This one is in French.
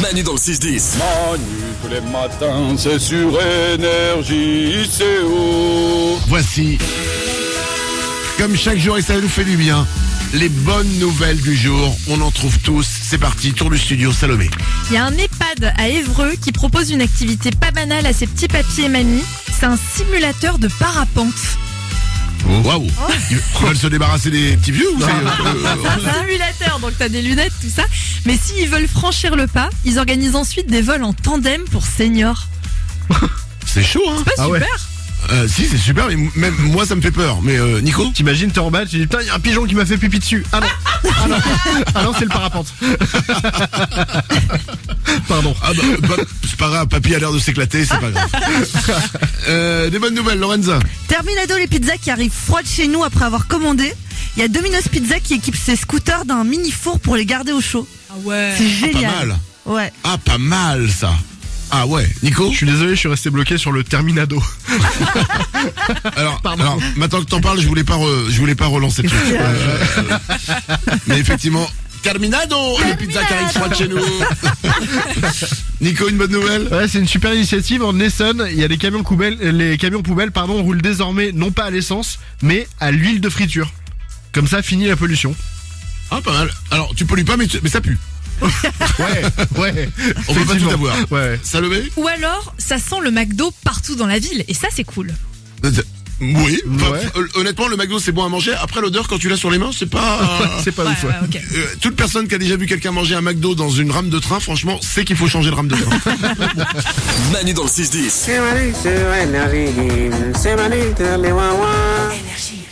Manu dans le 6-10. Manu tous les matins, c'est sur énergie, c'est où Voici, comme chaque jour et ça nous fait du bien, les bonnes nouvelles du jour. On en trouve tous. C'est parti, tour du studio, Salomé. Il y a un EHPAD à Évreux qui propose une activité pas banale à ses petits papiers et mamies. C'est un simulateur de parapente. Oh. Waouh Ils veulent se débarrasser des petits vieux ou c'est... Ah. euh, Un simulateur, donc t'as des lunettes, tout ça. Mais s'ils veulent franchir le pas, ils organisent ensuite des vols en tandem pour seniors. C'est chaud, hein Pas Ah Ah super Euh, Si, c'est super, mais m- même moi, ça me fait peur. Mais euh, Nico T'imagines, t'es en bas, tu dis putain, y a un pigeon qui m'a fait pipi dessus. Ah non, ah non, ah non c'est le parapente. Pardon. Ah bah, bah, c'est pas grave, papy a l'air de s'éclater, c'est pas grave. Euh, des bonnes nouvelles, Lorenza. Terminado les pizzas qui arrivent froides chez nous après avoir commandé. Il y a Domino's Pizza qui équipe ses scooters d'un mini four pour les garder au chaud. Ah ouais. C'est Pas génial. mal. Ouais. Ah, pas mal, ça. Ah ouais, Nico Je suis désolé, je suis resté bloqué sur le terminado. Alors, Pardon. alors, maintenant que t'en parles, je voulais pas, re- je voulais pas relancer le truc. Euh, euh, mais effectivement, terminado, les pizzas qui arrivent froides chez nous. Nico, une bonne nouvelle Ouais, c'est une super initiative. En Essonne, il y a les camions poubelles, euh, les camions poubelles, pardon, roulent désormais non pas à l'essence, mais à l'huile de friture. Comme ça, fini la pollution. Ah, pas mal. Alors, tu pollues pas, mais, tu- mais ça pue. Ouais, ouais. On peut pas tout Effectivement. avoir. Ouais. Salomé Ou alors, ça sent le McDo partout dans la ville. Et ça, c'est cool. Euh, Oui. bah, Ouais. euh, honnêtement, le McDo, c'est bon à manger. Après, l'odeur, quand tu l'as sur les mains, c'est pas... C'est pas Ouais, ouf. ouais. ouais, ok. Euh, toute personne qui a déjà vu quelqu'un manger un McDo dans une rame de train, franchement, sait qu'il faut changer de rame de train. Manu dans le 6-10. C'est Manu sur Énergie. C'est Manu sur les Wawa. Energy.